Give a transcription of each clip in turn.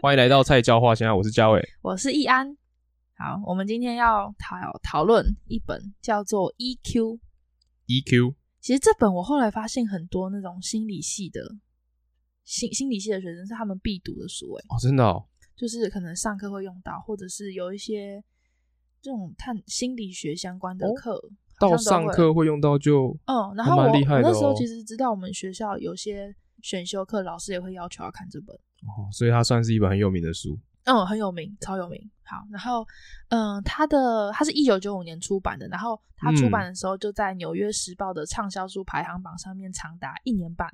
欢迎来到菜椒话现在我是嘉伟。我是易安。好，我们今天要讨讨论一本叫做《EQ》。 EQ 其实这本我后来发现很多那种心理系的心心理系的学生是他们必读的书，诶，哦，真的哦，就是可能上课会用到，或者是有一些这种探心理学相关的哦课，到好像上都会课会用到就嗯，然还后我蛮厉害的我那时候哦其实知道我们学校有些选修课老师也会要求要看这本，哦，所以它算是一本很有名的书。嗯，很有名，超有名。好，然后嗯，它的它是一九九五年出版的，然后它出版的时候就在《纽约时报》的畅销书排行榜上面长达一年半。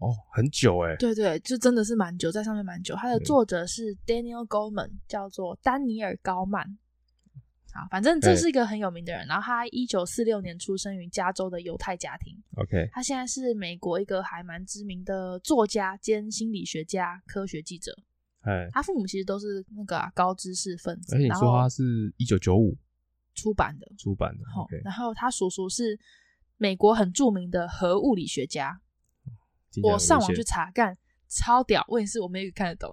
哦，很久哎、对对，就真的是蛮久，在上面蛮久。它的嗯作者是 Daniel Goleman，叫做丹尼尔高曼。好，反正这对是一个很有名的人。然后他一九四六年出生于加州的犹太家庭， OK，他现在是美国一个还蛮知名的作家兼心理学家、科学记者。哎，他父母其实都是那个啊、高知识分子而且，你然说后它是一九九五出版的。出版的哦，OK，然后他叔叔是美国很著名的核物理学家。听起来我很上危网险去查，干超屌！问题是我没有看得懂，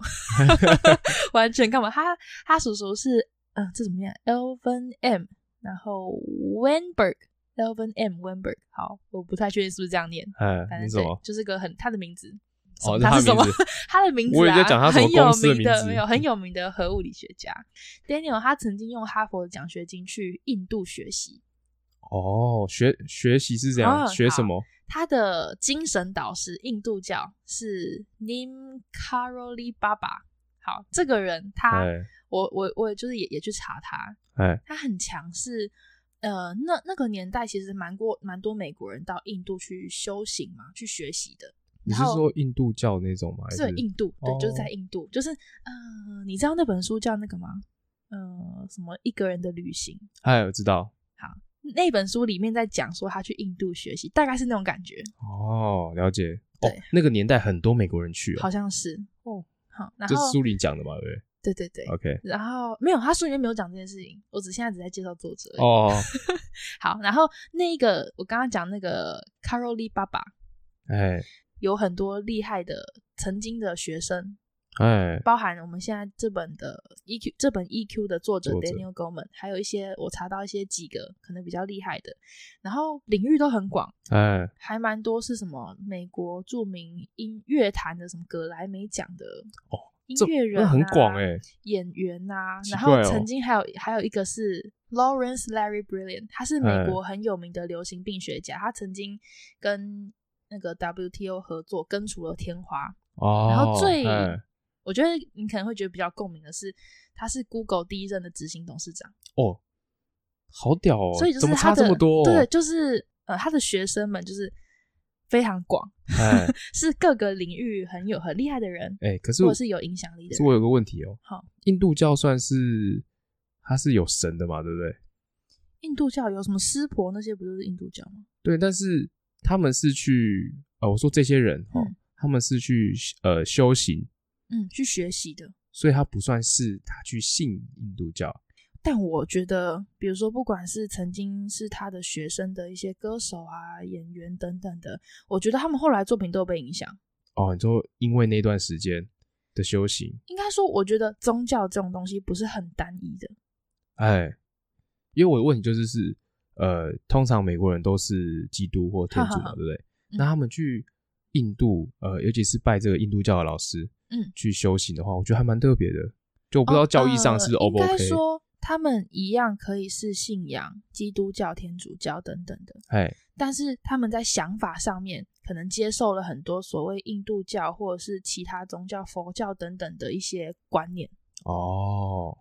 完全干嘛？他他叔叔是嗯、呃这怎么念？Elvin M，然后 Wenberg，Elvin M Wenberg。好，我不太确定是不是这样念，哎，反你正什么对，？就是个很他的名字。哦，他是什么名 字？他的名字、啊，我也在讲他什么很有公司的名名字没有很有名的核物理学家 Daniel，他曾经用哈佛的奖学金去印度学习。哦，学学习是这样，哦学什么？他的精神导师印度教是 Nim Karoli Baba。好，这个人他，哎我我我就是也也去查他，哎，他很强是。呃，那那个年代其实蛮过蛮多美国人到印度去修行嘛，去学习的。你然是后说印度教那种吗？还是有是印度，对，就是哦在印度，就是呃，你知道那本书叫那个吗？呃，什么一个人的旅行哎，我知道。那本书里面在讲说他去印度学习，大概是那种感觉，哦，了解。哦对，那个年代很多美国人去哦，好像是哦。好，然这是后书里讲的嘛，对不对对对对，？OK，然后没有，他书里面没有讲这件事情，我只现在只在介绍作者。哦，哦，好，然后那个我刚刚讲那个 Caroli 爸爸哎有很多厉害的曾经的学生，哎，包含我们现在这本的 EQ 这本 EQ 的作者作者 Daniel Goleman，还有一些我查到一些几个可能比较厉害的，然后领域都很广，哎，还蛮多是什么美国著名音乐坛的什么格莱美奖的哦音这乐人、那啊、很广哎，演员呐、啊，奇然怪后哦曾经还有还有一个是 Lawrence Larry Brilliant，他是美哎国很有名的流行病学家，他曾经跟那个 WTO 合作根除了天花，哦，然后最哎我觉得你可能会觉得比较共鸣的是，他是 Google 第一任的执行董事长，哦，好屌哦，所以就怎是么他差的这么多？哦对，，就是呃，他的学生们就是非常广，哎是各个领域很有很厉害的人，哎，可 是或我者是有影响力的可是人。我有个问题哦，好，印度教算是它是有神的嘛，对不对？印度教有什么湿婆那些不就是印度教吗？对，但是他们是去呃，我说这些人哦嗯，他们是去呃修行，嗯，去学习的。所以他不算是他去信印度教。但我觉得，比如说，不管是曾经是他的学生的一些歌手啊、演员等等的，我觉得他们后来作品都有被影响。哦，你说因为那段时间的修行，应该说，我觉得宗教这种东西不是很单一的。哎，因为我的问题就是是呃，通常美国人都是基督或天主嘛，哈哈哈对不对？嗯那他们去印度，呃，尤其是拜这个印度教的老师，嗯，去修行的话，我觉得还蛮特别的。就我不知道教义上是哦呃 O 不应该 OK？说他们一样可以是信仰基督教、天主教等等的，哎，但是他们在想法上面可能接受了很多所谓印度教或者是其他宗教、佛教等等的一些观念。哦，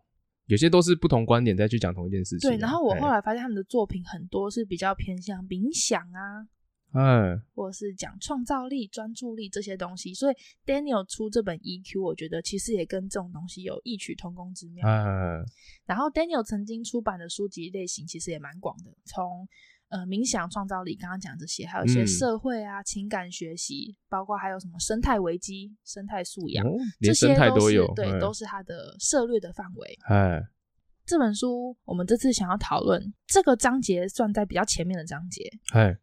有些都是不同观点再去讲同一件事情啊。对，然后我哎后，来发现他们的作品很多是比较偏向冥想啊，哎，或者是讲创造力、专注力这些东西。所以 Daniel 出这本 EQ，我觉得其实也跟这种东西有异曲同工之妙。哎，然后 Daniel 曾经出版的书籍类型其实也蛮广的，从呃冥想、创造力，刚刚讲这些，还有一些嗯社会啊、情感学习，包括还有什么生态危机、生态素养，哦这连些生态都是有，对，哎都是他的涉略的范围。哎，这本书我们这次想要讨论这个章节，算在比较前面的章节哎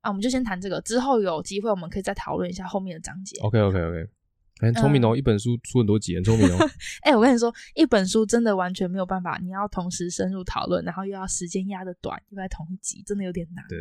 啊，我们就先谈这个，之后有机会我们可以再讨论一下后面的章节。哦，OK OK OK，很聪嗯明哦，一本书出很多集，很聪 明哦。哎、我跟你说，一本书真的完全没有办法，你要同时深入讨论，然后又要时间压得短，又在同一集，真的有点难。对，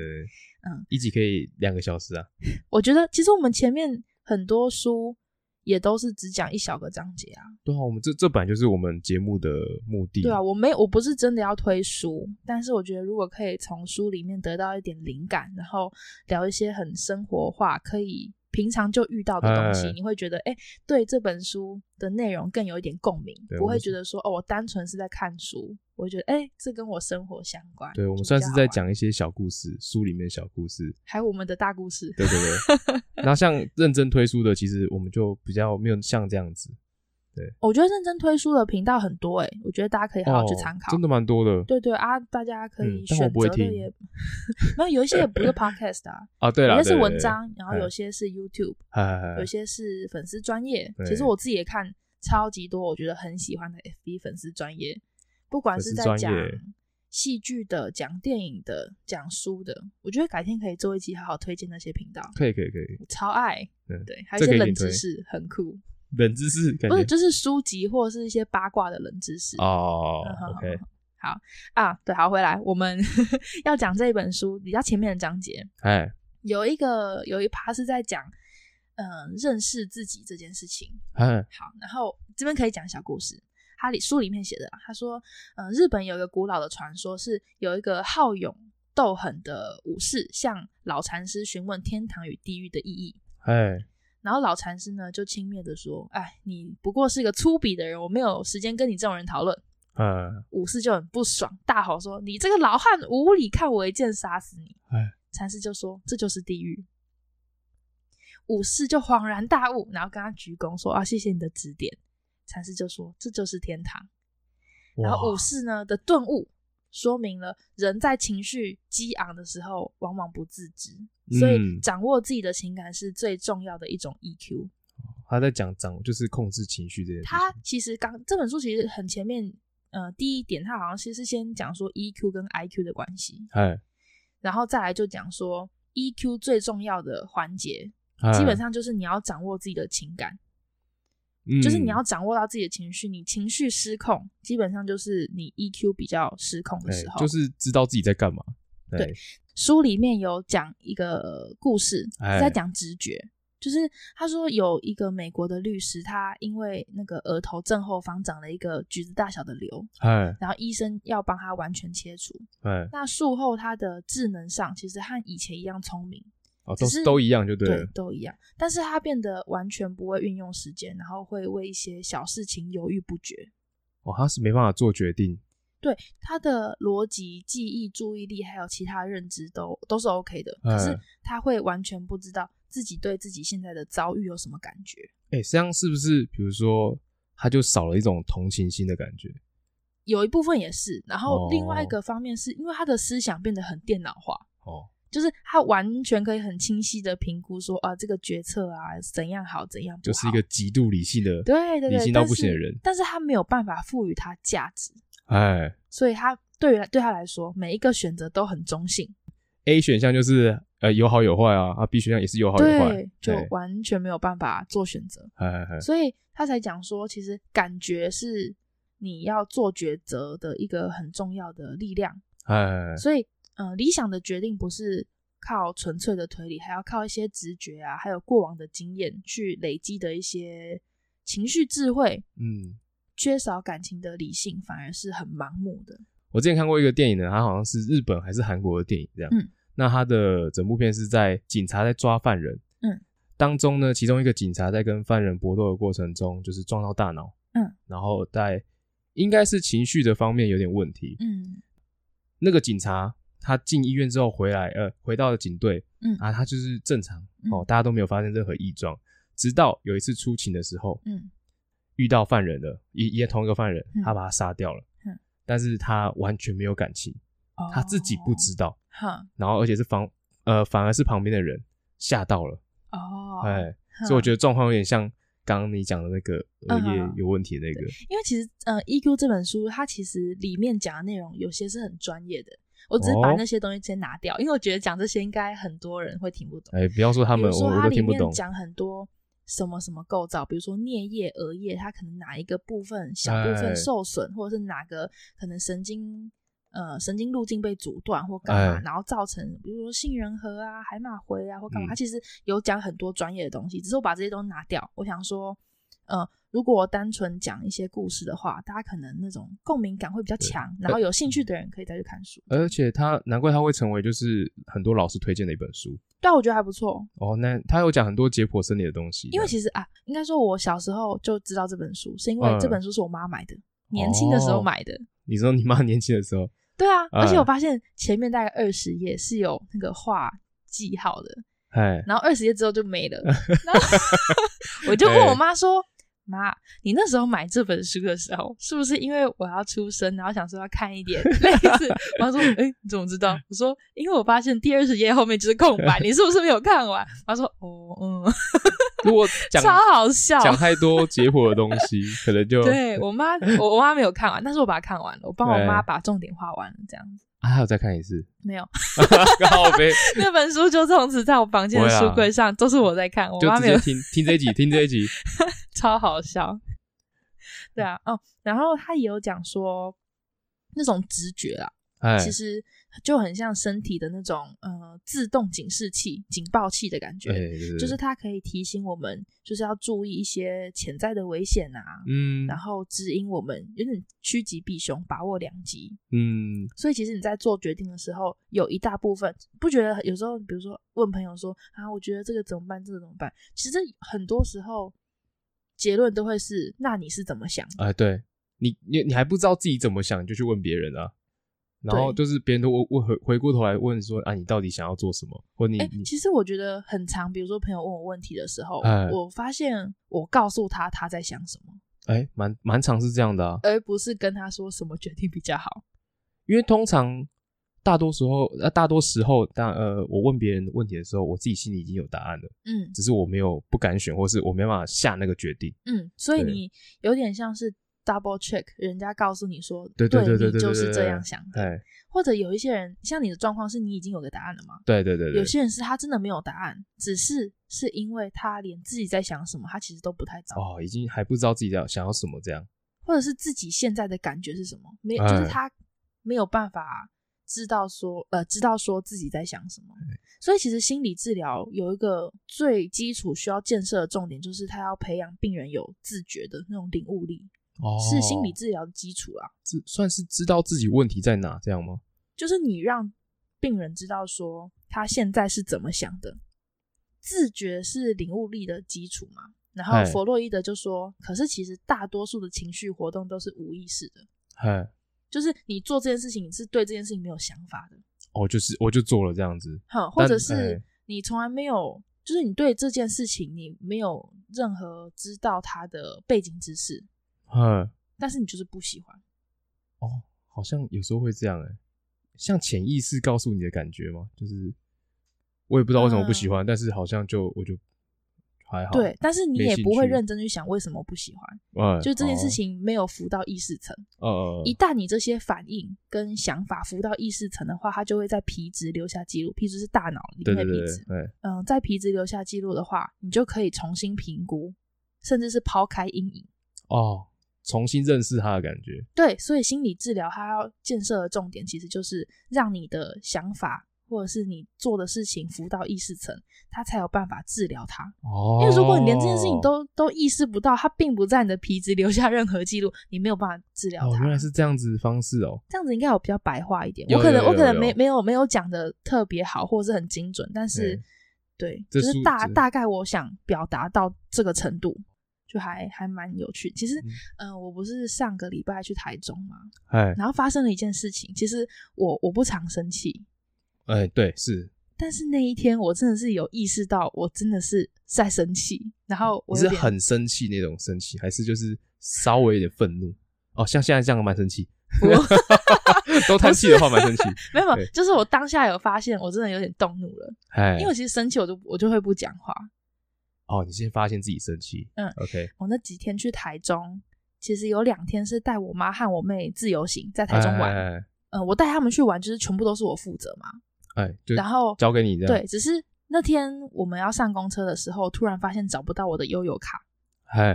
嗯，一集可以两个小时啊。我觉得其实我们前面很多书也都是只讲一小个章节啊。对啊，我们这这版就是我们节目的目的。对啊，，我没我不是真的要推书，但是我觉得如果可以从书里面得到一点灵感，然后聊一些很生活化，可以平常就遇到的东西，哎你会觉得哎、诶对这本书的内容更有一点共鸣对，不我会们觉得说哦，我单纯是在看书，我会觉得哎、诶这跟我生活相关。对我们就比算较是好在玩，讲一些小故事，书里面的小故事。还有我们的大故事。对对对。 然后像认真推书的，其实我们就比较没有像这样子。我觉得认真推书的频道很多哎、诶我觉得大家可以好好去哦参考。真的蛮多的。对对啊，大家可嗯以但选我不会择的听也， 没有有一些也 不是 podcast 啊，啊，对了，有些是对文，章，然后嗯有些是 YouTube，、对对哎有些是粉丝专业。对其实我自己也看超级多，我觉得很喜欢的 FB 粉丝专业，不管是在粉丝讲专业戏剧的、讲电影的、讲书的，我觉得改天可以做一集好好推荐那些频道，可以可以可以，超爱。嗯对，还有这可一些以给冷你知推识，很酷。冷知识感不是，觉哦就是书籍或者是一些八卦的冷知识。哦嗯好，OK，啊，对，好，回来我们 要讲这本书比较前面的章节，哎，有一个有一趴是在讲，嗯、认识自己这件事情。哎，好，然后这边可以讲小故事。他里书里面写的啦，他说，嗯、日本有一个古老的传说，是有一个好勇斗狠的武士向老禅师询问天堂与地狱的意义。哎，然后老禅师呢就轻蔑的说：“哎，你不过是个粗鄙的人，我没有时间跟你这种人讨论。”嗯，武士就很不爽，大吼说：“你这个老汉无理，看我一剑杀死你哎！”禅师就说：“这就是地狱。”武士就恍然大悟，然后跟他鞠躬说：“啊，谢谢你的指点。”禅师就说：“这就是天堂。”然后哇武士呢的顿悟，说明了人在情绪激昂的时候，往往不自知，所以嗯掌握自己的情感是最重要的一种 E EQ。他在讲掌就是控制情绪这件事情，他其实刚这本书其实很前面，呃，第一点他好像其实是先讲说 EQ 跟 IQ 的关系，哎，然后再来就讲说 EQ 最重要的环节，哎基本上就是你要掌握自己的情感，嗯就是你要掌握到自己的情绪，你情绪失控，基本上就是你 EQ 比较失控的哎时候。就是知道自己在干嘛，哎对书里面有讲一个故事，哎是在讲直觉。就是他说有一个美国的律师，他因为那个额头正后方长了一个橘子大小的瘤，哎，然后医生要帮他完全切除。哎，那术后他的智能上其实和以前一样聪明，哦，只都是都一样就对对了，，都一样。但是他变得完全不会运用时间，然后会为一些小事情犹豫不决。哦，他是没办法做决定，对他的逻辑、记忆、注意力还有其他认知都都是 OK 的，可是哎他会完全不知道自己对自己现在的遭遇有什么感觉。哎，这样是不是比如说他就少了一种同情心的感觉？有一部分也是，然后另外一哦个方面是因为他的思想变得很电脑化，哦，就是他完全可以很清晰的评估说啊，这个决策啊怎样好怎样不好，就是一个极度理性的，对对对理性到不行的人但是，但是他没有办法赋予它价值，哎所以他对于对他来说，每一个选择都很中性， ，A 选项就是呃有好有坏啊，啊 B 选项也是有好有坏对，，就哎完全没有办法做选择，哎哎，哎 所以他才讲说，其实感觉是你要做抉择的一个很重要的力量，哎，所以呃，理想的决定不是。靠纯粹的推理，还要靠一些直觉啊，还有过往的经验去累积的一些情绪智慧，嗯，缺少感情的理性反而是很盲目的。我之前看过一个电影呢，它好像是日本还是韩国的电影这样。嗯那它的整部片是在警察在抓犯人，嗯，当中呢，其中一个警察在跟犯人搏斗的过程中，就是撞到大脑，嗯，然后在应该是情绪的方面有点问题。嗯，那个警察他进医院之后回来，呃，回到了警队，嗯啊，他就是正常哦嗯，大家都没有发现任何异状，直到有一次出勤的时候，嗯遇到犯人了，一一同一个犯人嗯，他把他杀掉了，嗯但是他完全没有感情。哦他自己不知道，哈然后而且是防呃反而是旁边的人吓到了，哦，哎，哼所以我觉得状况有点像刚刚你讲的那个嗯额叶有问题的那个，因为其实呃，《EQ》这本书它其实里面讲的内容有些是很专业的，我只是把哦那些东西先拿掉，因为我觉得讲这些应该很多人会听不懂。哎，不要说他们，比如我说它我都里听不面懂，讲很多什么什么构造，比如说颞叶、额叶，它可能哪一个部分小部哎分受损，或者是哪个可能神经呃神经路径被阻断或干哎嘛，然后造成比如说杏仁核啊、海马回啊或干嘛，嗯它其实有讲很多专业的东西，只是我把这些都拿掉。我想说，呃，如果我单纯讲一些故事的话，大家可能那种共鸣感会比较强，然呃后有兴趣的人可以再去看书。而且他难怪他会成为就是很多老师推荐的一本书对啊，我觉得还不错，哦。那他有讲很多解剖生理的东西，因为实其实啊，应该说我小时候就知道这本书，是因为嗯这本书是我妈买的，年轻的时候买的。你说你妈年轻的时候，对啊，而且嗯我发现前面大概二十页是有那个画记号的，哎，然后二十页之后就没 了。然后我就问我妈说：“妈，你那时候买这本书的时候，是不是因为我要出生，然后想说要看一 点类似？”我妈说：“哎、你怎么知道？”我说：“因为我发现第二十页后面就是空白，你是不是没有看完？”她说：“哦，嗯，如果讲 超好笑。”讲太多解剖的东西，可能 就 对我妈，我我妈没有看完，但是我把它看完了，我帮我哎妈把重点画完了，这样子啊，还有再看一次， 没有 靠呗，那本书就从此在我房间的不会啊书柜上都是我在看，我就妈直没有接听听这一集，听这一集， 超好笑。对啊，哦，然后他也有讲说，那种直觉啊，哎，其实就很像身体的那种呃自动警示器、警报器的感觉，哎对对对就是它可以提醒我们，就是要注意一些潜在的危险啊，嗯然后指引我们，有点趋吉避凶，把握良机。嗯，所以其实你在做决定的时候，有一大部分不觉得有时候，比如说问朋友说啊，我觉得这个怎么办，这个怎么办？其实很多时候结论都会是，那你是怎么想的？哎，对你你你还不知道自己怎么想，你就去问别人啊。然后就是别人都问问回回过头来问说啊，你到底想要做什么？或你哎、你其实我觉得很长，比如说朋友问我问题的时候，哎我发现我告诉他他在想什么，哎，蛮蛮常是这样的啊。而不是跟他说什么决定比较好。因为通常大多时候，呃，大多时候，当呃，我问别人问题的时候，我自己心里已经有答案了，嗯只是我没有不敢选，或是我没办法下那个决定。嗯，所以对你有点像是 double check，人家告诉你说，对对对对对你就对是对这对样想的，哎，或者有一些人像你的状况是你已经有个答案了嘛？对对对对有，些人是他真的没有答案，只是是因为他连自己在想什么，他其实都不太知道，哦，已经还不知道自己要想要什么这样。或者是自己现在的感觉是什么，没哎就是他没有办法知道说呃知道说自己在想什么。所以其实心理治疗有一个最基础需要建设的重点，就是他要培养病人有自觉的那种领悟力，哦，是心理治疗的基础啦。知算是知道自己问题在哪这样吗？就是你让病人知道说他现在是怎么想的，自觉是领悟力的基础嘛。然后哎弗洛伊德就说，可是其实大多数的情绪活动都是无意识的，哎，就是你做这件事情，你是对这件事情没有想法的，哦，就是我就做了这样子。哼，或者但是哎你从来没有，就是你对这件事情你没有任何知道它的背景知识，哎，但是你就是不喜欢。哦，好像有时候会这样哎、像潜意识告诉你的感觉吗？就是我也不知道为什么不喜欢，但是好像就我就还好。嗯对，，但是你没也兴不会趣认真去想为什么不喜欢，嗯，就这件事情没有浮到意识层。哦，呃，一旦你这些反应跟想法浮到意识层的话，它就会在皮质留下记录。皮质是大脑里对面对的皮对质，对，哎，嗯，在皮质留下记录的话，你就可以重新评估，甚至是抛开阴影。哦，重新认识他的感觉，对，所以心理治疗它要建设的重点，其实就是让你的想法或者是你做的事情浮到意识层，它才有办法治疗它。哦，因为如果你连这件事情都都意识不到，它并不在你的皮质留下任何记录，你没有办法治疗哦，它。原来是这样子的方式哦，这样子应该有比较白话一点。有我可能有我可能有没有没有没有讲的特别好，或者是很精准，但是、嗯对，这就是书大这大概我想表达到这个程度，就还还蛮有趣。其实，嗯、我不是上个礼拜去台中嘛，哎然后发生了一件事情。其实我我不常生气，哎，对，是但是那一天我真的是有意识到，我真的是在生气，然后你我是有点很生气那种生气，还是就是稍微有点愤怒？哦，像现在这样蛮生气， 都叹气的话蛮生气，没有没有对，就是我当下有发现，我真的有点动怒了，哎，因为我其实生气我就我就会不讲话，哦，你先发现自己生气，嗯，OK，我那几天去台中，其实有两天是带我妈和我妹自由行，在台中玩。哎哎呃，我带他们去玩，就是全部都是我负责嘛。哎，哎就然后交给你这样，对，只是那天我们要上公车的时候，突然发现找不到我的悠游卡，嗨，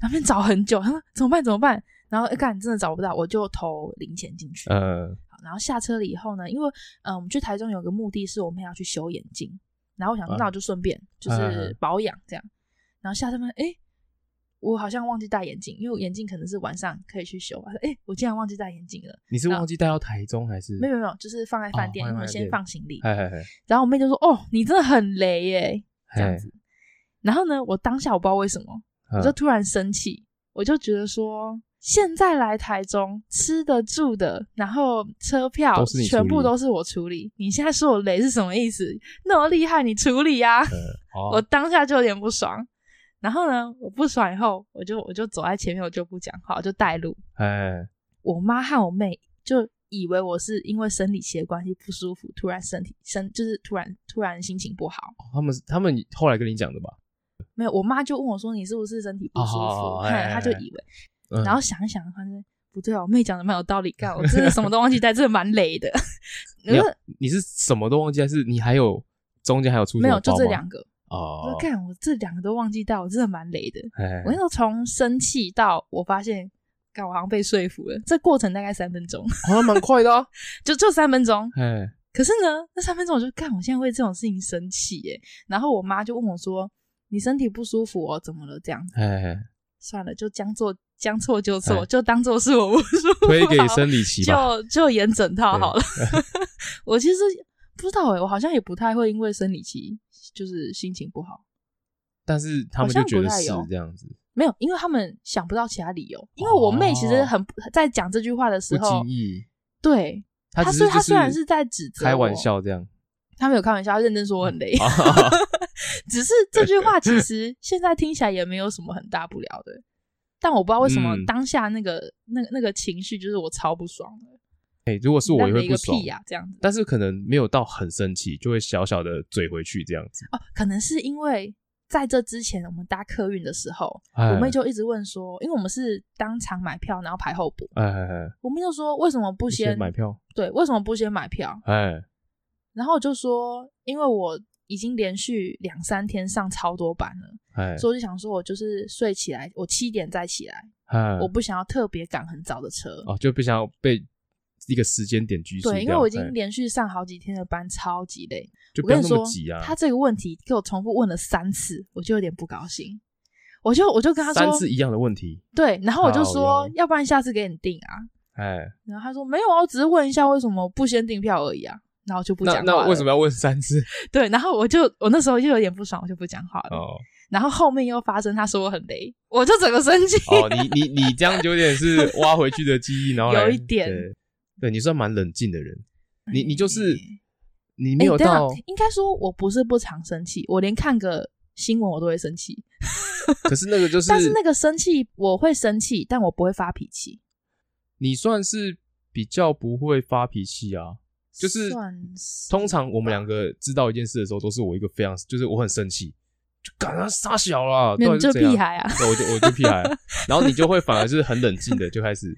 然后边找很久，他说怎么办怎么办？然后哎干、真的找不到，我就投零钱进去。呃，好然后下车了以后呢，因为嗯、呃我们去台中有个目的是我们要去修眼睛，然后我想说啊那我就顺便就啊啊啊是保养这样，然后下车发现哎，诶我好像忘记戴眼镜，因为我眼镜可能是晚上可以去修，我说哎，诶我竟然忘记戴眼镜了，你是忘记带到台中还是？哎没有没有没有，就是放在饭哦店，放在因为我饭先店放行李，嗨嗨嗨，然后我妹就说哦，你真的很雷耶，这样嗨子，然后呢，我当下我不知道为什么，嗯我就突然生气，我就觉得说，现在来台中，吃的住的，然后车票都是你处理全部都是我处理，你现在说我雷是什么意思？那么厉害，你处理呀、啊？哦我当下就有点不爽。然后呢，我不爽以后，我就我就走在前面，我就不讲话，我就带路。哎，我妈和我妹就以为我是因为生理期的关系不舒服，突然身体身就是突然突然心情不好。哦他们他们后来跟你讲的吧？没有，我妈就问我说：“你是不是身体不舒服哦？”嘿哎她就哎哎以为。嗯然后想一想，发现不对哦，我妹讲的蛮有道理，干我真的什么 都忘记带，真的蛮累的。你有你是什么都忘记，还是你还有中间还有出什么没有，就包这吗两个。我哦说，干，我这两个都忘记带，我真的蛮累的。哎我那时候从生气到我发现，干，我好像被说服了。这过程大概三分钟，好像蛮快的啊，就就三分钟。哎，可是呢，那三分钟我就干，我现在为这种事情生气耶。然后我妈就问我说：“你身体不舒服哦，怎么了？”这样子，哎，算了，就将错将错就错，哎就当做是我不舒服，推给生理期吧，就就演整套对 好了。我其实不知道哎、我好像也不太会因为生理期就是心情不好，但是他们好就像觉得不太是有这样子，没有，因为他们想不到其他理由。因为我妹其实很、在讲这句话的哦不时候经，意，对他只她是虽就她虽然是在指责开我玩笑这样，他们有开玩笑，她认真说我很累。啊 只是这句话其实现在听起来也没有什么很大不了的，但我不知道为什么嗯当下那个、那那个情绪就是我超不爽的，哎，如果是我也那会一不个爽屁，呀、这样子。但是可能没有到很生气，就会小小的嘴回去这样子，哦，可能是因为在这之前我们搭客运的时候，哎我妹就一直问说，因为我们是当场买票然后排候补，哎哎哎，我妹就说为什么不不先买票，对，为什么不先买票？哎，然后我就说，因为我已经连续两三天上超多班了，哎，所以我就想说我就是睡起来，我七点再起来，哎我不想要特别赶很早的车。哦，就不想要被一个时间点拘束掉，对，因为我已经哎连续上好几天的班，超级累。就我不要跟你那么说急，啊，他这个问题给我重复问了三次，我就有点不高兴。我就我就跟他说三，次一样的问题，对，然后我就靠说腰，要不然下次给你订啊。哎，然后他说没有啊，我只是问一下为什么不先订票而已啊。然后就不讲那话那为什了么要问三次？对，然后我就我那时候就有点不爽，我就不讲话了。哦然后后面又发生他说我很雷，我就整个生气。哦，你你你这样就有点是挖回去的记忆，然后来 有一点对，对你算蛮冷静的人， 你你就是你哎没有等一下到，应该说我不是不常生气，我连看个新闻我都会生气。可是那个就是， 但是那个生气，我会生气，但我不会发脾气。你算是比较不会发脾气啊，就是算是通常我们两个知道一件事的时候，都是我一个非常，就是我很生气，就敢啊傻小啦，没有到你底是就怎样屁孩啊，对，我就我就屁孩啊，然后你就会反而是很冷静的就开始。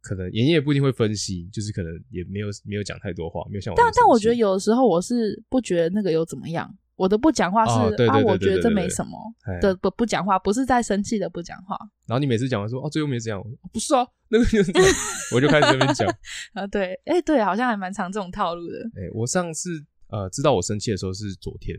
可能妍妍也不一定会分析，就是可能也没有没有讲太多话，没有像我那但么但我生气觉得有的时候我是不觉得那个有怎么样，我的不讲话是、哦对对对啊，对我觉得对这对没对什么哎的不不讲话，不是在生气的不讲话然后你每次讲完说哦，最后没这样，我说哦不是啊，那个就是这样我就开始这边讲。啊。对，哎、对，好像还蛮常这种套路的。哎、我上次呃知道我生气的时候是昨天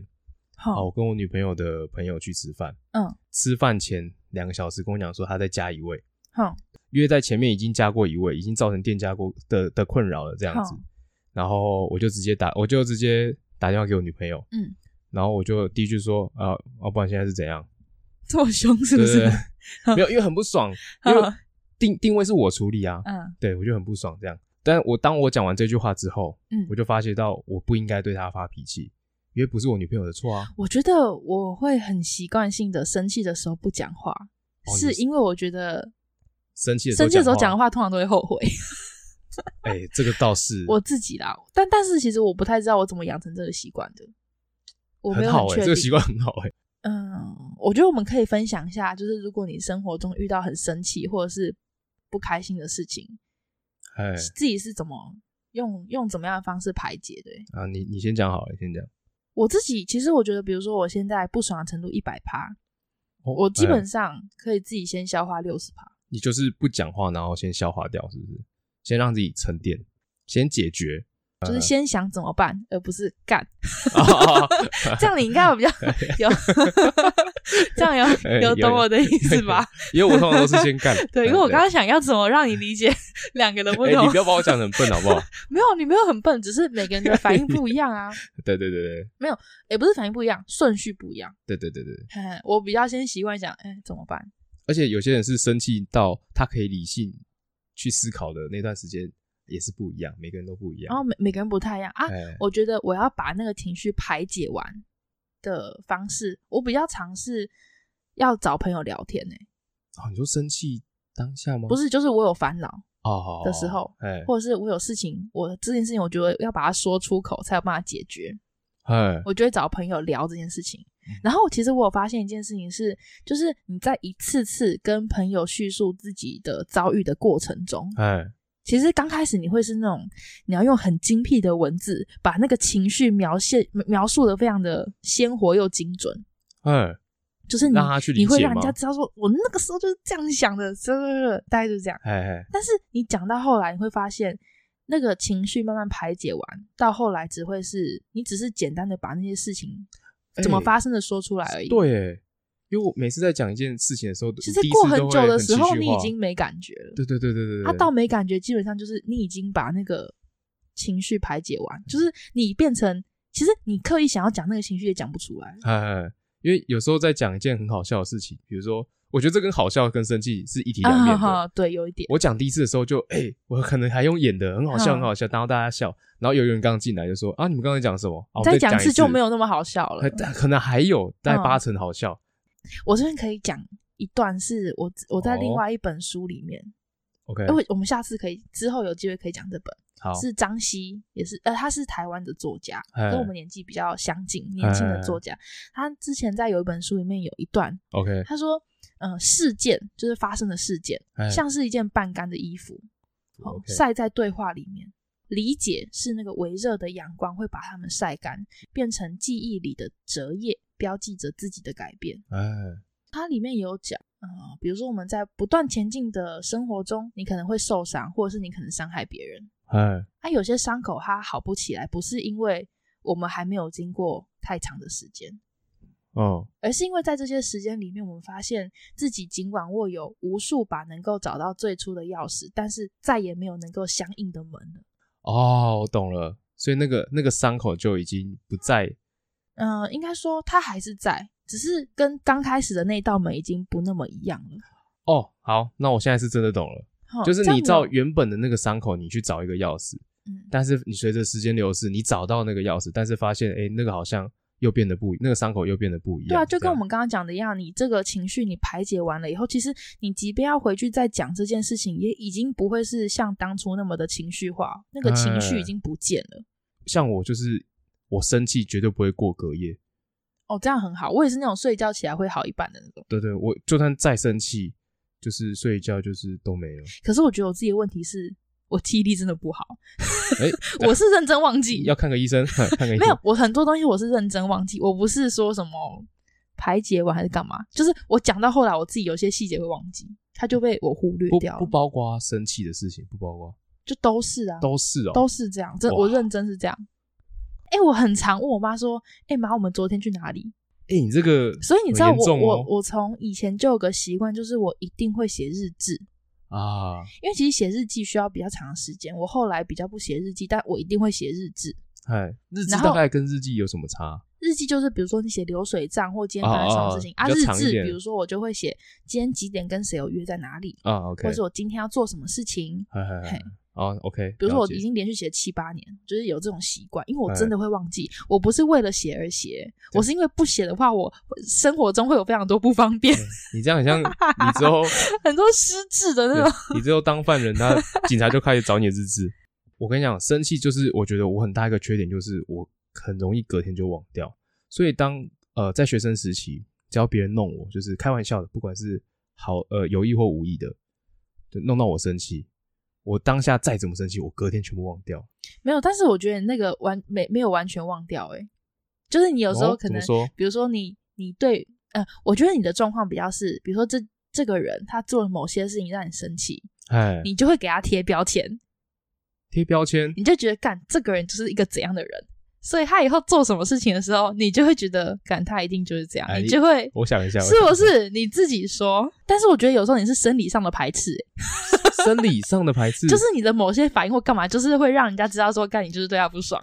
啊，好、我跟我女朋友的朋友去吃饭，嗯，吃饭前两个小时跟我讲说她再加一位，哼因为在前面已经加过一位，已经造成店家过的的困扰了这样子好。然后我就直接打，我就直接打电话给我女朋友，嗯，然后我就第一句说啊，啊，不然现在是怎样？这么凶是不是对？对对没有，因为很不 爽，因为嗯定定位是我处理啊， 嗯对我就很不爽这样。但我当我讲完这句话之后，嗯我，就发觉到我不应该对她发脾气，因为不是我女朋友的错啊。我觉得我会很习惯性的生气的时候不讲话，哦你是是因为我觉得生气的时候，生气的时候讲的话，啊话通常都会后悔。哎、这个倒是我自己啦，但但是其实我不太知道我怎么养成这个习惯的，我没很有好确哎、定。这个习惯很好哎、嗯，我觉得我们可以分享一下，就是如果你生活中遇到很生气或者是不开心的事情，哎自己是怎么用用怎么样的方式排解的？啊，你你先讲好了，你先讲。我自己其实我觉得，比如说我现在不爽的程度一百趴，哦我基哎本上可以自己先消化六十趴。你就是不讲话，然后先消化掉，是不是？先让自己沉淀，先解 决。 嗯就是先想怎么办，而不是干。哦这样你应该有比 较有，这样哎有有有懂我的意思吧？因为我通常都是先干 。对，因为我刚刚想要怎么让你理 解两个人不哎、你同不，要把我讲的很笨好不 好？没有，你没有很笨，只是每个人的反应不一 样啊，对对对对也不是反应不一样，顺序不一样。对对对对，嘿嘿我比较先习惯想，哎，怎么办？而且有些人是生气到他可以理性去思考的那段时间也是不一样，每个人都不一样。然后每每个人不太一样啊。哎、我觉得我要把那个情绪排解完的方式，我比较尝试要找朋友聊天呢、欸哦，你说生气当下吗？不是是就是我有烦恼，哦的时候哎或者是我有事情，我这件事情我觉得要把它说出口才有办法解决，哎，我就会找朋友聊这件事情。然后其实我有发现一件事情是，就是你在一次次跟朋友叙述自己的遭遇的过程中，哎，其实刚开始你会是那种你要用很精辟的文字把那个情绪描写描述的非常的鲜活又精准，哎，就是你让他去理解你会让人吗家知道说我那个时候就是这样想的，这大概就是这样。哎，哎，但是你讲到后来，你会发现那个情绪慢慢排解完，到后来只会是你只是简单的把那些事情哎怎么发生的说出来而已。，对，哎因为我每次在讲一件事情的时候，其你实第一过次很都久会的很时情候，绪你化已经没感觉了。对对对对对对，啊，到没感觉，基本上就是你已经把那个情绪排解完，就是你变成，其实你刻意想要讲那个情绪也讲不出来。哎哎，哎因为有时候在讲一件很好笑的事情，比如说，我觉得这跟好笑跟生气是一体两面的。啊哈，对，有一点，我讲第一次的时候就，哎，我可能还用演的，很好笑，嗯很好笑，然后大家笑。然后有人刚进来就说：“啊，你们刚才讲什么？”啊、我再讲讲一次就没有有那么好笑了。可能还有大概嗯八成好笑。我这边可以讲一段，是我我在另哦外一本书里面， OK，因为我们下次可以之后有机会可以讲这本，好，是张希，也是呃，他是台湾的作家，哎跟我们年纪比较相近，年轻的作家。他之前在有一本书里面有一段， OK，他说，呃，事件就是发生的事件，哎像是一件半干的衣服，哦 OK 晒在对话里面。理解是那个微热的阳光会把它们晒干，变成记忆里的折页，标记着自己的改变。哎，它里面也有讲，呃，比如说我们在不断前进的生活中，你可能会受伤，或者是你可能伤害别人。哎，啊，有些伤口它好不起来，不是因为我们还没有经过太长的时间，哦，而是因为在这些时间里面，我们发现自己尽管握有无数把能够找到最初的钥匙，但是再也没有能够相应的门了。哦，我懂了。所以那个那个伤口就已经不在，嗯、应该说它还是在，只是跟刚开始的那道门已经不那么一样了。哦，好，那我现在是真的懂了，哼就是哦这样你有照原本的那个伤口，你去找一个钥匙，嗯，但是你随着时间流逝，你找到那个钥匙，但是发现，哎，那个好像又变得不，那个伤口又变得不一样。对啊，就这跟样我们刚刚讲的一样，你这个情绪你排解完了以后，其实你即便要回去再讲这件事情，也已经不会是像当初那么的情绪化，那个情绪已哎经不见了。像我就是我生气绝对不会过隔夜，哦，这样很好，我也是那种睡觉起来会好一半的那种。对对，我就算再生气，就是睡一觉就是都没了。可是我觉得我自己的问题是我记忆力真 的不好， 哎，我是认真忘记，要看个医生， 看个医生没有，我很多东西我是认真忘记，我不是说什么排解完还是干嘛，就是我讲到后来我自己有些细节会忘记，它就被我忽略不掉不了，包括生气的事情，不包括就都是啊，都是哦，都是这样，真哇我认真是这样。哎、我很常问我妈说：“哎、妈，我们昨天去哪里哎、你这个？”所以你知道很严我、重我哦我从以前就有个习惯，就是我一定会写日志，啊，因为其实写日记需要比较长的时间。我后来比较不写日记，但我一定会写日志。哎，日记然后大概跟日记有什么差？日记就是比如说你写流水账或今天发生什么事情啊啊啊啊，比较日长一志点比如说我就会写今天几点跟谁有约在哪里，啊，OK，或者我今天要做什么事情。嗨嗨嗨嘿，啊，OK，比如说了我解已经连续写七八年，就是有这种习惯，因为我哎真的会忘记。我不是为了写而写，我是因为不写的话，我生活中会有非常多不方便，你这样很像你之 后，很多失智的那种。 对你之后当犯人，他警察就开始找你的日志。我跟你讲，生气就是我觉得我很大一个缺点就是我很容易隔天就忘掉，所以当呃在学生时期，只要别人弄我，就是开玩笑的，不管是好呃有意或无意的，就弄到我生气，我当下再怎么生气，我隔天全部忘掉。没有，但是我觉得那个完没没有完全忘掉、欸，哎，就是你有时候哦可怎能么，说比如说你你对呃，我觉得你的状况比较是，比如说这这个人他做了某些事情让你生气，哎，你就会给他贴标签，贴标签你就觉得干这个人就是一个怎样的人，所以他以后做什么事情的时候，你就会觉得干他一定就是这样，哎你就会。我想一下，是我不想一下是你自己说？但是我觉得有时候你是生理上的排斥、欸生理上的排斥？就是你的某些反应或干嘛，就是会让人家知道说，干你就是对他不爽，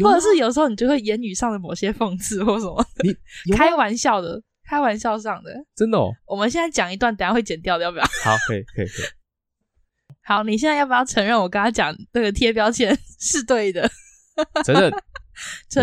有或吗者是有时候你就会言语上的某些讽刺或什么，有吗开玩笑的，开玩笑上的。真的哦，我们现在讲一段，等一下会剪掉的，要不要？好，可以可以可以，好，你现在要不要承认我刚刚讲那个贴标签是对的？ 承认。承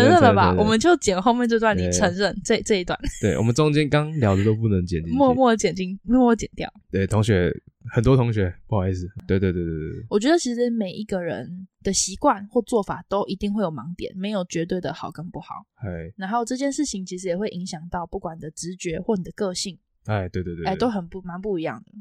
承认认了承吧？认我们就剪后面这段，你对承认这这一段，对我们中间刚聊的都不能剪进去，默默剪进，默默剪掉。对同学很多同学不好意思，对对对对对对，我觉得其实每一个人的习惯或做法都一定会有盲点，没有绝对的好跟不好。哎然后这件事情其实也会影响到不管你的直觉或你的个性，哎对对对，哎，对都很不蛮不一样的。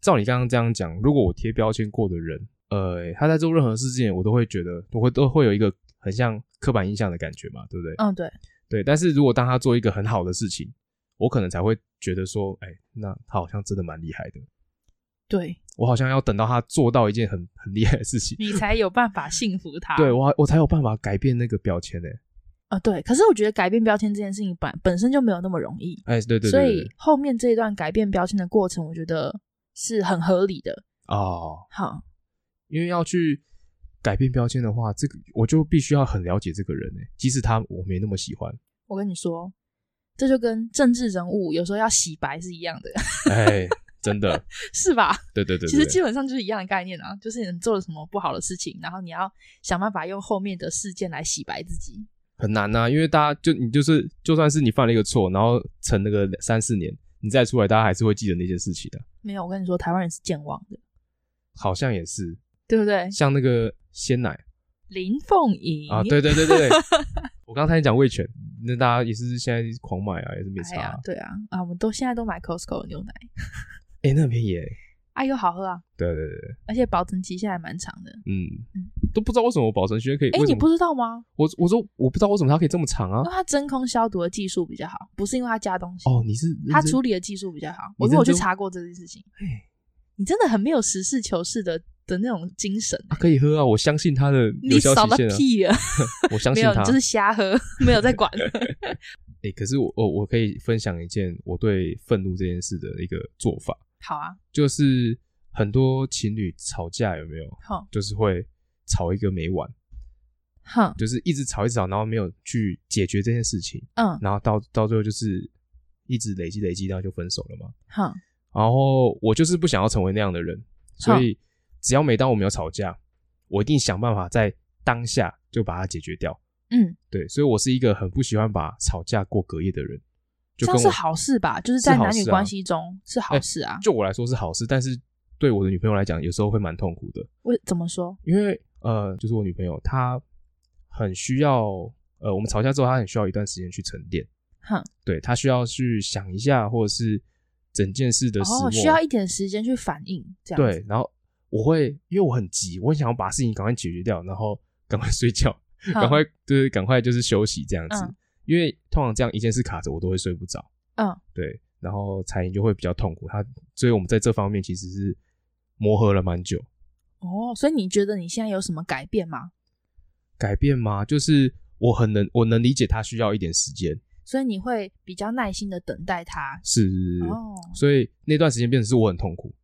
照你刚刚这样讲，如果我贴标签过的人，呃，他在做任何事情，我都会觉得我会都会有一个很像刻板印象的感觉嘛，对不对？嗯，对，对，但是如果当他做一个很好的事情，我可能才会觉得说，哎，那他好像真的蛮厉害的。 对我好像要等到他做到一件很很厉害的事情，你才有办法幸福他。对我我才有办法改变那个标签呢、啊、对。可是我觉得改变标签这件事情本本身就没有那么容易，哎，对对对所对以对后面这一段改变标签的过程，我觉得是很合理的。哦，好，因为要去改变标签的话，这个我就必须要很了解这个人呢、即使他我没那么喜欢，我跟你说，这就跟政治人物有时候要洗白是一样的， 哎，真的，是吧？对对对对其实基本上就是一样的概念啊，就是你做了什么不好的事情，然后你要想办法用后面的事件来洗白自己。很难呐、因为大家就你就是就算是你犯了一个错，然后沉那个三四年，你再出来，大家还是会记得那件事情的。没有，我跟你说，台湾人是健忘的，好像也是，对不对？像那个鲜奶林凤营啊，对对对对， 对我刚才讲味全，那大家也是现在狂买啊，也是没哎差、呀啊，，对啊，啊，我们都现在都买 Costco 的牛奶，哎、那很便宜耶、啊，又好喝啊，对对对，对而且保存期限还蛮长的。嗯嗯，都不知道为什么保存期间可以，哎，为你什不么知道吗？我我说我不知道为什么它可以这么长啊因为？它真空消毒的技术比较好，不是因为它加东西，哦，你是它认真处理的技术比较好。你我因为我去认真查过这件事情哎，你真的很没有实事求是的的那种精神。啊可以喝啊，我相信它的有你效少期了限啊，屁啊！ 我相没信有，它你就是瞎喝， 没有 在管。诶，可是我我我可以分享一件我对愤怒这件事的一个做法，好啊，就是很多情侣吵架有没有，哼就是会吵一个没完，哼，就是一直吵一直吵，然后没有去解决这件事情，嗯然后到到最后就是一直累积累积，然后就分手了嘛。哼，然后我就是不想要成为那样的人，所以只要每当我们有吵架，我一定想办法在当下就把它解决掉。嗯，对，所以我是一个很不喜欢把吵架过隔夜的人，就这跟样我是好事吧？就是是在好男女事啊关系中是好哎事啊。就我来说是好事，但是对我的女朋友来讲，有时候会蛮痛苦的，为怎么说？因为呃，就是我女朋友她很需要呃，我们吵架之后，她很需要一段时间去沉淀，哼，对她需要去想一下，或者是整件事的始末，哦，需要一点时间去反应，这样子对，然后我会因为我很急，我很想要把事情赶快解决掉，然后 赶快睡觉，哼赶快就是赶快就是休息这样子，嗯因为通常这样一件事卡着，我都会睡不着。嗯，对，然后彩莹就会比较痛苦，她所以我们在这方面其实是磨合了蛮久。哦，所以你觉得你现在有什么改变吗？改变吗？就是我很能我能理解她需要一点时间，所以你会比较耐心的等待他。是，是是哦，所以那段时间变成是我很痛苦。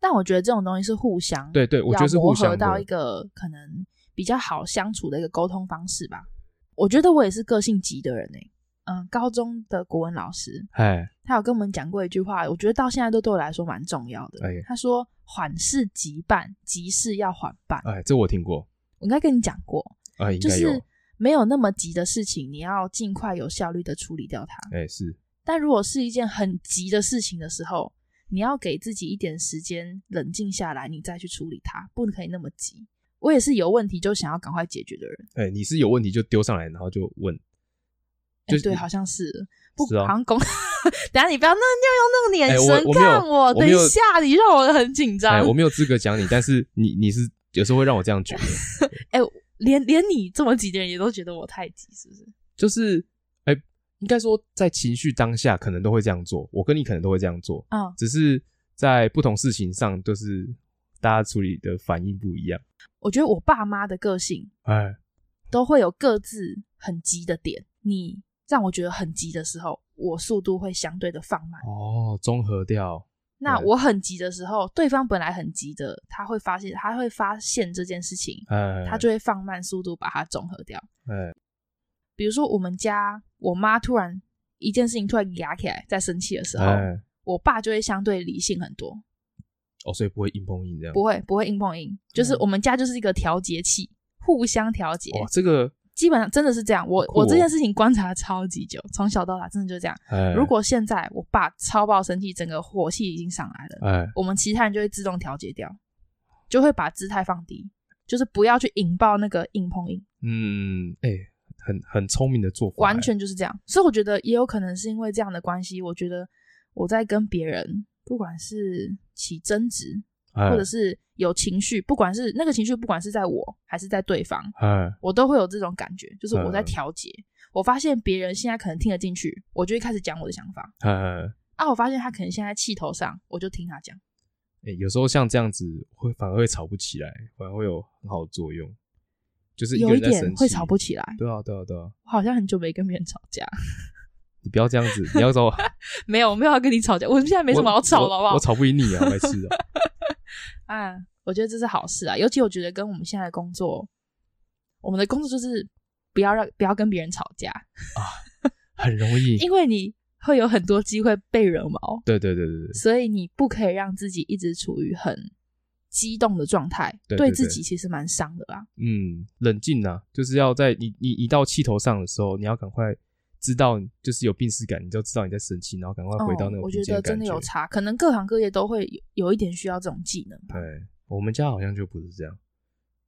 但我觉得这种东西是互相，对对，我觉得是要互磨相合的。到一个可能比较好相处的一个沟通方式吧。我觉得我也是个性急的人诶、嗯，高中的国文老师哎他有跟我们讲过一句话，我觉得到现在都对我来说蛮重要的。哎他说：“缓是急办，急事要缓办。哎，这我听过，我应该跟你讲过，哎，应就该有，是没有那么急的事情，你要尽快有效率的处理掉它。哎是，但如果是一件很急的事情的时候，你要给自己一点时间冷静下来，你再去处理它，不可以那么急。我也是有问题就想要赶快解决的人，哎你是有问题就丢上来，然后就问，哎、就是对，好像是不是哦好像公。 等一下你不要那样用那哎个我眼神我没有看我，我等没一有下你让我很紧张。哎 哎我没有资格讲你，但是你你是有时候会让我这样觉得，哎、连连你这么急的人也都觉得我太急，是不是？就是哎、应该说在情绪当下可能都会这样做，我跟你可能都会这样做，嗯，只是在不同事情上，就是大家处理的反应不一样。我觉得我爸妈的个性哎，都会有各自很急的点，你让我觉得很急的时候，我速度会相对的放慢。哦，综合掉，那对我很急的时候，对方本来很急的，他会发现，他会发现这件事情，哎，他就会放慢速度把它综合掉。哎，比如说我们家我妈突然一件事情突然压起来，在生气的时候，哎，我爸就会相对理性很多，哦，所以不会硬碰硬这样。不会不会硬碰硬，就是嗯我们家就是一个调节器，互相调节。哇，这个，基本上真的是这样，我、好酷哦我这件事情观察超级久，从小到大真的就这样。哎，如果现在我爸超爆生气，整个火气已经上来了，哎，我们其他人就会自动调节掉，就会把姿态放低，就是不要去引爆那个硬碰硬，嗯，哎，很很聪明的做法，完哎全就是这样。所以我觉得也有可能是因为这样的关系，我觉得我在跟别人，不管是起争执，哎或者是有情绪，不管是那个情绪，不管是在我还是在对方，哎，我都会有这种感觉，就是我在嗯调节。我发现别人现在可能听得进去，我就会开始讲我的想法。哎，啊，我发现他可能现在气头上，我就听他讲。欸，有时候像这样子会反而会吵不起来，反而会有很好的作用，就是一个有一人在点生气会吵不起来。对啊，对啊，对啊，我好像很久没跟别人吵架，你不要这样子，你要找我没有，我没有要跟你吵架，我现在 没什么好吵我的，好不好我我？吵不赢你啊，白痴啊！啊，我觉得这是好事啊，尤其我觉得跟我们现在的工作，我们的工作就是不要让不要跟别人吵架，很容易。因为你会有很多机会被惹毛，对对对对对，所以你不可以让自己一直处于很激动的状态，对对自对己其实蛮伤的啦。嗯，冷静啊，就是要在你你一到气头上的时候，你要赶快知道，就是有病耻感，你就知道你在生气，然后赶快啊回到那嗯个我平觉静得感真的有觉。差，可能各行各业都会有有一点需要这种技能吧。对，我们家好像就不是这样。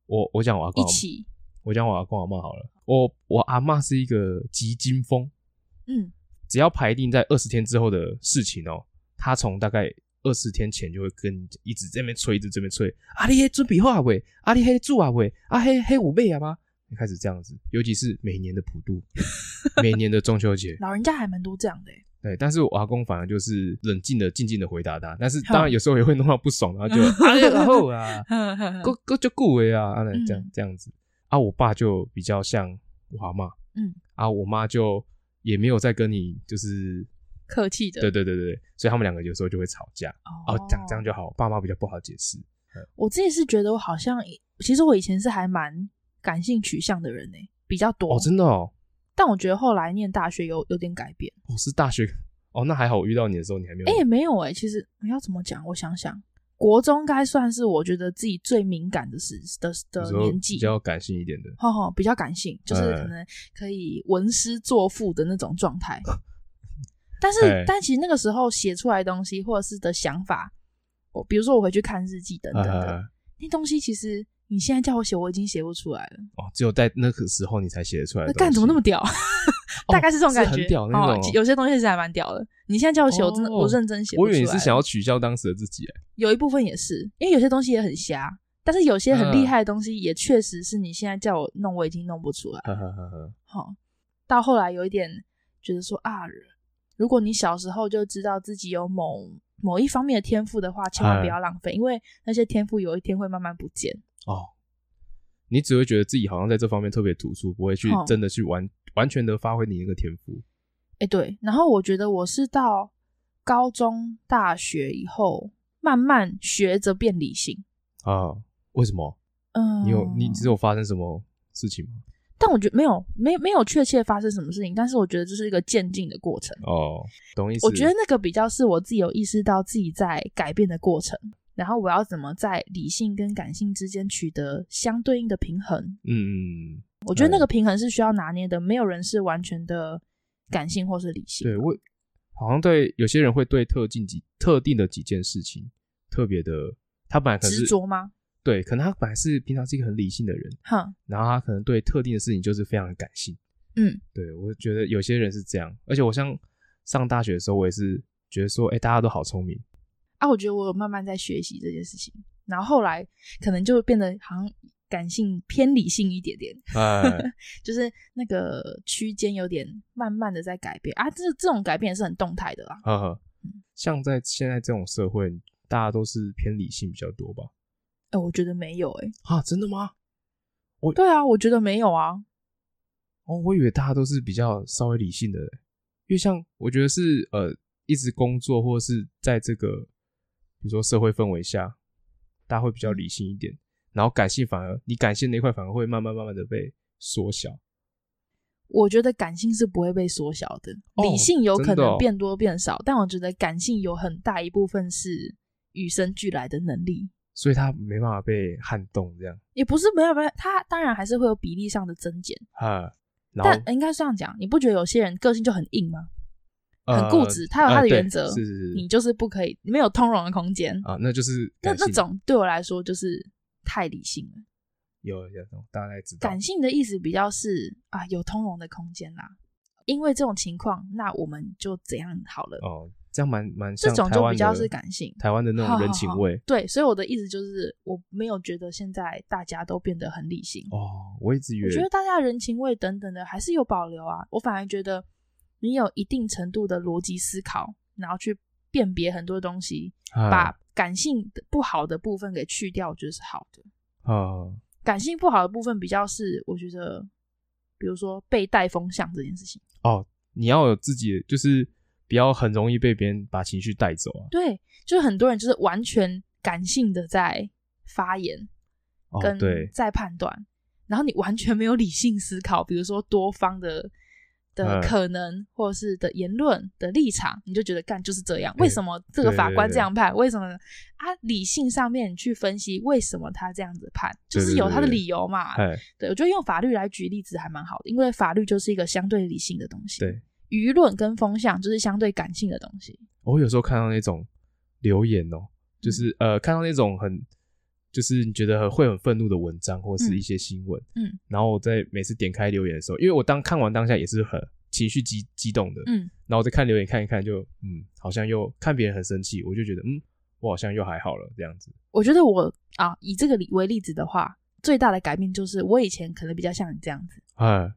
我我讲我阿公一阿嬷，起，我讲我阿公阿妈好了。我我阿妈是一个急惊风，嗯，只要排定在二十天之后的事情哦，他从大概二十天前就会跟你一直这边催，一直这边催。啊，你黑准备好啊喂，啊你黑住啊喂，啊黑黑五倍啊吗？开始这样子，尤其是每年的普 渡，每年的中秋节，老人家还蛮多这样的欸、对。但是我阿公反而就是冷静的、静静的回答他，但是当然有时候也会弄到不爽，然后 就啊然后啊，够够就顾维啊，啊这样嗯这样子。啊，我爸就比较像我阿妈，嗯，啊我妈就也没有再跟你就是客气的。对对对对对，所以他们两个有时候就会吵架。哦哦，讲这样就好，爸妈比较不好解释。我自己是觉得我好像，其实我以前是还蛮感性取向的人呢、欸比较多。哦，真的哦，但我觉得后来念大学有有点改变。我、是大学哦，那还好，我遇到你的时候你还没有。哎、也没有哎、其实我要怎么讲？我想想，国中该算是我觉得自己最敏感的时的有的时候年纪比。较感性一点的，吼吼，比较感性，就是哎可能可以文诗作赋的那种状 态。但哎是，但其实那个时候写出来的东西，或者是的想法，我比如说我回去看日记等等的，呃，那东西其实你现在叫我写，我已经写不出来了。哦，只有在那个时候你才写得出来的哎那东西。哦干怎么那么屌？ 大概是这种感觉，是很屌那种哦哦。有些东西是还蛮屌的。你现在叫我写，我真的哦我认真写不我出来。以为你是想要取笑当时的自 己，哎有一部分也是，因为有些东西也很瞎，但是有些很嗯厉害的东西也确实是你现在叫我弄，我已经弄不出来。呵呵呵呵，好、到后来有一点觉得说啊，如果你小时候就知道自己有某某一方面的天赋的话，千哎万不要浪费，因为那些天赋有一天会慢慢不见。哦，你只会觉得自己好像在这方面特别突出，不会去哦真的去完完全的发挥你那个天赋。哎，对，然后我觉得我是到高中、大学以后，慢慢学着变理性。啊？为什么？嗯，你有你你有发生什么事情吗？但我觉得没有，没没有确切发生什么事情，但是我觉得这是一个渐进的过程。哦，懂意思。我觉得那个比较是我自己有意识到自己在改变的过程，然后我要怎么在理性跟感性之间取得相对应的平衡。嗯，嗯，嗯我觉得那个平衡是需要拿捏的，没有人是完全的感性或是理性。对我好像对有些人会对特定几特定的几件事情特别的，他本来可能是执着吗？对，可能他本来是平常是一个很理性的人，哼，然后他可能对特定的事情就是非常的感性。嗯，对我觉得有些人是这样，而且我像上大学的时候，我也是觉得说，哎、大家都好聪明，啊，我觉得我有慢慢在学习这件事情，然后后来可能就变得好像感性偏理性一点点，哎，就是那个区间有点慢慢的在改变啊。这这种改变也是很动态的啦。呵 呵，像在现在这种社会，大家都是偏理性比较多吧？哎、我觉得没有哎、啊，真的吗？对啊，我觉得没有啊。哦，我以为大家都是比较稍微理性的人，因为像我觉得是呃，一直工作或者是在这个比如说社会氛围下，大家会比嗯较理性一点，然后感性反而你感性那一块反而会慢慢慢慢的被缩小。我觉得感性是不会被缩小的，哦理性有可真的能哦变多变少，但我觉得感性有很大一部分是与生俱来的能力，所以他没办法被撼动这样也不是没有没有，它当然还是会有比例上的增减，啊。然但后、应该是这样讲，你不觉得有些人个性就很硬吗？呃、很固执他有他的呃对原则是是是，你就是不可以，没有通融的空间。啊，那就是那感性那种对我来说就是太理性了，有有有大概知道感性的意思比较是啊有通融的空间啦。因为这种情况，那我们就怎样好了，哦，这样蛮蛮这像种台就湾比较的是感性。台湾的那好种好人情好味对，所以我的意思就是，我没有觉得现在大家都变得很理性。哦。我一直以我为觉得大家的人情味等等的还是有保留啊。我反而觉得你有一定程度的逻辑思考，然后去辨别很多东西，啊把感性的不好的部分给去掉，我觉得是好的。啊感性不好的部分比较是，我觉得，比如说被带风向这件事情。哦你要有自己的，就是不要很容易被别人把情绪带走啊。对，就是很多人就是完全感性的在发言，哦跟，对，在判断，然后你完全没有理性思考，比如说多方的嗯的可能，或者是的言论的立场，你就觉得干就是这样，对为什么这个对法对官对这样判？为什么呢啊？理性上面你去分析为什么他这样子判，就对是对有对他的对理由嘛。哎，对我觉得用法律来举例子还蛮好的，因为法律就是一个相对理性的东西，对，舆论跟风向就是相对感性的东西。我有时候看到那种留言嗯哦，就是呃，看到那种很就是你觉得会很愤怒的文章或是一些新闻，嗯，然后我在每次点开留言的时候，因为我当看完当下也是很情绪激激动的，嗯，然后我再看留言看一看就，嗯，好像又看别人很生气，我就觉得嗯，我好像又还好了这样子。我觉得我啊，以这个例为例子的话，最大的改变就是我以前可能比较像你这样子。哎，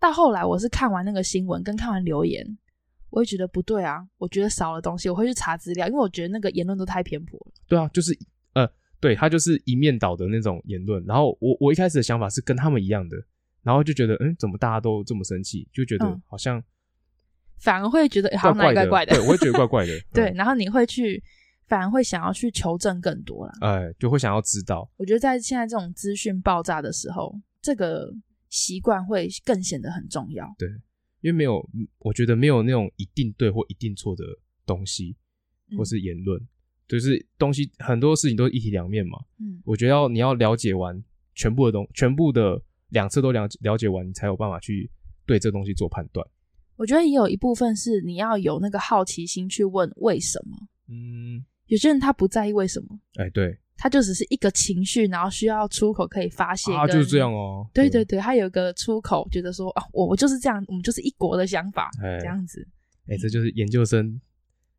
到后来，我是看完那个新闻跟看完留言，我会觉得不对啊，我觉得少了东西，我会去查资料，因为我觉得那个言论都太偏颇了。对啊，就是呃，对他就是一面倒的那种言论。然后我我一开始的想法是跟他们一样的，然后就觉得嗯，怎么大家都这么生气，就觉得嗯好像反而会觉得哎 好怪像哪怪里怪的，怪的，。对我也觉得怪怪的 对嗯，然后你会去，反而会想要去求证更多啦。哎，就会想要知道，我觉得在现在这种资讯爆炸的时候，这个习惯会更显得很重要。因为没有，嗯我觉得没有那种一定对或一定错的东西嗯或是言论，就是东西很多事情都是一体两面嘛。嗯，我觉得要你要了解完全部的东，全部的两侧都了解了解完，你才有办法去对这东西做判断。我觉得也有一部分是你要有那个好奇心去问为什么。嗯，有些人他不在意为什么，哎，对，他就只是一个情绪，然后需要出口可以发泄。啊，就是这样。哦。对对，对，他有一个出口，觉得说啊，我我就是这样，我们就是一国的想法，哎这样子，哎，这就是研究生，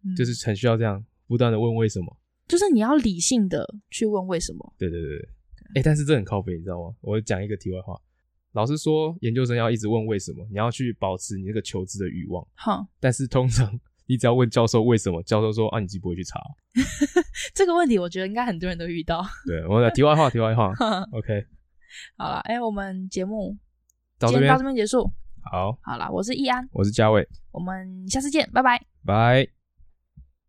嗯就是很需要这样不断的问为什么。就是你要理性的去问为什么。对对对对，啊哎，但是这很靠背，你知道吗？我讲一个题外话，老师说研究生要一直问为什么，你要去保持你那个求知的欲望。哼，但是通常你只要问教授为什么，教授说啊，你自己不会去查。这个问题我觉得应该很多人都遇到。对，我呃的题外话，题外话，OK，好了，哎、我们节目到这今天边到这边结束。好，好了，我是易安，我是嘉伟，我们下次见，拜拜。拜。